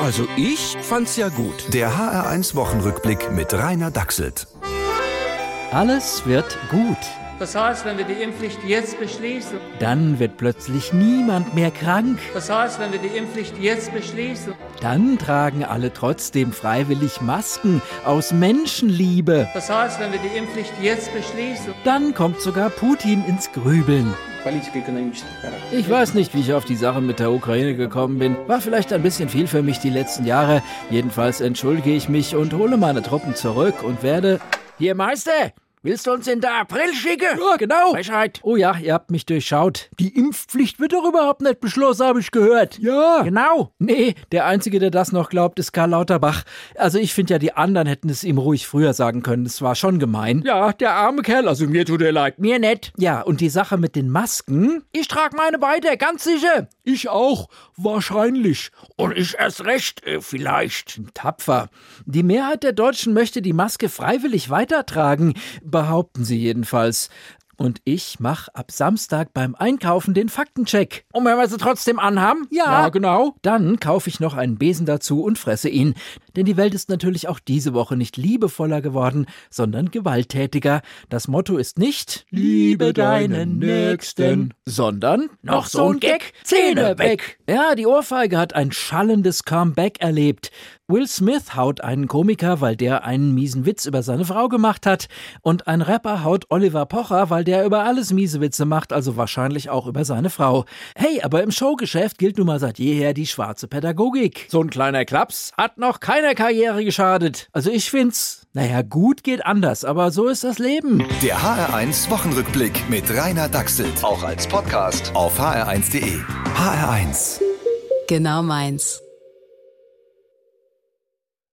Also ich fand's ja gut. Der HR1-Wochenrückblick mit Rainer Dachselt. Alles wird gut. Das heißt, wenn wir die Impfpflicht jetzt beschließen, Dann wird plötzlich niemand mehr krank. das heißt, wenn wir die Impfpflicht jetzt beschließen, Dann tragen alle trotzdem freiwillig Masken aus Menschenliebe. das heißt, wenn wir die Impfpflicht jetzt beschließen, Dann kommt sogar Putin ins Grübeln. политико-экономический характер. Ich weiß nicht, wie ich auf die Sache mit der Ukraine gekommen bin. War vielleicht ein bisschen viel für mich die letzten Jahre. Jedenfalls entschuldige ich mich und hole meine Truppen zurück und werde. Hier, Meister! Willst du uns in der April schicken? Ja, genau. Frechheit. Oh ja, ihr habt mich durchschaut. Die Impfpflicht wird doch überhaupt nicht beschlossen, habe ich gehört. Ja. Genau. Nee, der Einzige, der das noch glaubt, ist Karl Lauterbach. Also ich finde ja, die anderen hätten es ihm ruhig früher sagen können. Es war schon gemein. Ja, der arme Kerl. Also mir tut er leid. Mir nett. Ja, und die Sache mit den Masken? Ich trage meine beide, ganz sicher. Ich auch. Wahrscheinlich. Und ich erst recht, äh, vielleicht. Tapfer. Die Mehrheit der Deutschen möchte die Maske freiwillig weitertragen, behaupten sie jedenfalls. Und ich mache ab Samstag beim Einkaufen den Faktencheck. Und wenn wir sie trotzdem anhaben? Ja. Ja, genau. Dann kaufe ich noch einen Besen dazu und fresse ihn. Denn die Welt ist natürlich auch diese Woche nicht liebevoller geworden, sondern gewalttätiger. Das Motto ist nicht Liebe deinen Nächsten, sondern noch so ein Gag, Zähne weg. Ja, die Ohrfeige hat ein schallendes Comeback erlebt. Will Smith haut einen Komiker, weil der einen miesen Witz über seine Frau gemacht hat. Und ein Rapper haut Oliver Pocher, weil der über alles miese Witze macht, also wahrscheinlich auch über seine Frau. Hey, aber im Showgeschäft gilt nun mal seit jeher die schwarze Pädagogik. So ein kleiner Klaps hat noch keiner Karriere geschadet. Also ich find's, naja, gut geht anders, aber so ist das Leben. Der HR1-Wochenrückblick mit Rainer Dachselt. Auch als Podcast auf hr1.de. HR1. Genau meins.